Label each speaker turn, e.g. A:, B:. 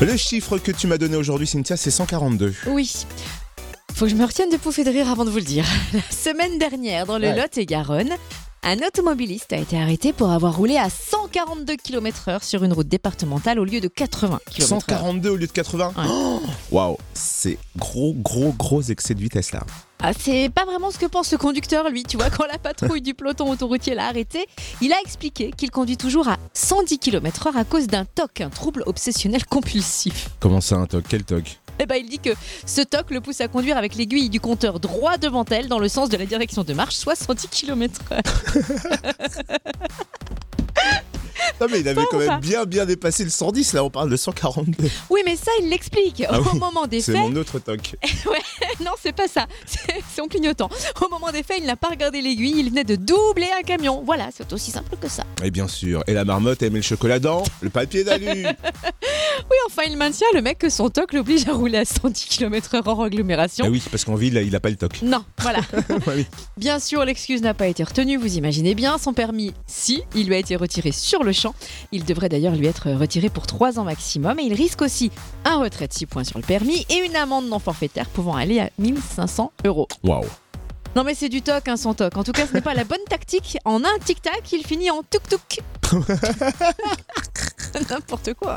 A: Le chiffre que tu m'as donné aujourd'hui, Cynthia, c'est 142.
B: Oui. Faut que je me retienne de pouffer de rire avant de vous le dire. La semaine dernière, dans le
A: Ouais.
B: Lot-et-Garonne, un automobiliste a été arrêté pour avoir roulé à 142 km/h sur une route départementale au lieu de 80 km/h.
A: 142 au lieu de 80
B: Ouais.
A: Oh, Waouh, c'est gros, gros, gros excès de vitesse là.
B: Ah, c'est pas vraiment ce que pense le conducteur, lui. Tu vois, quand la patrouille du peloton autoroutier l'a arrêté, il a expliqué qu'il conduit toujours à 110 km/h à cause d'un TOC, un trouble obsessionnel compulsif.
A: Comment ça, un toc Quel toc
B: Eh ben, il dit que ce toc le pousse à conduire avec l'aiguille du compteur droit devant elle dans le sens de la direction de marche, soit 110 km/h.
A: Non, mais il avait quand
B: ça.
A: même bien, bien dépassé le 110. Là, on parle de 142.
B: Oui, mais ça, il l'explique.
A: Ah
B: Au
A: oui,
B: moment des
A: C'est
B: faits,
A: mon autre toc.
B: non, c'est pas ça. C'est c'est en clignotant. Au moment des faits, il n'a pas regardé l'aiguille. Il venait de doubler un camion. Voilà, c'est aussi simple que ça.
A: Et bien sûr. Et la marmotte aimait le chocolat dans le papier d'alu.
B: Oui, enfin, il maintient le mec que son toc l'oblige à rouler à 110 km/h hors agglomération.
A: ah oui, parce qu'en ville, il a pas le toc.
B: Non, voilà.
A: oui.
B: Bien sûr, l'excuse n'a pas été retenue, vous imaginez bien. Son permis, si, il lui a été retiré sur le champ. Il devrait d'ailleurs lui être retiré pour 3 ans maximum et il risque aussi un retrait de 6 points sur le permis et une amende non forfaitaire pouvant aller à 1500 euros.
A: Waouh.
B: Non mais c'est du toc, hein, son toc. En tout cas, ce n'est pas la bonne tactique. En un tic-tac, il finit en tuk-tuk. N'importe quoi.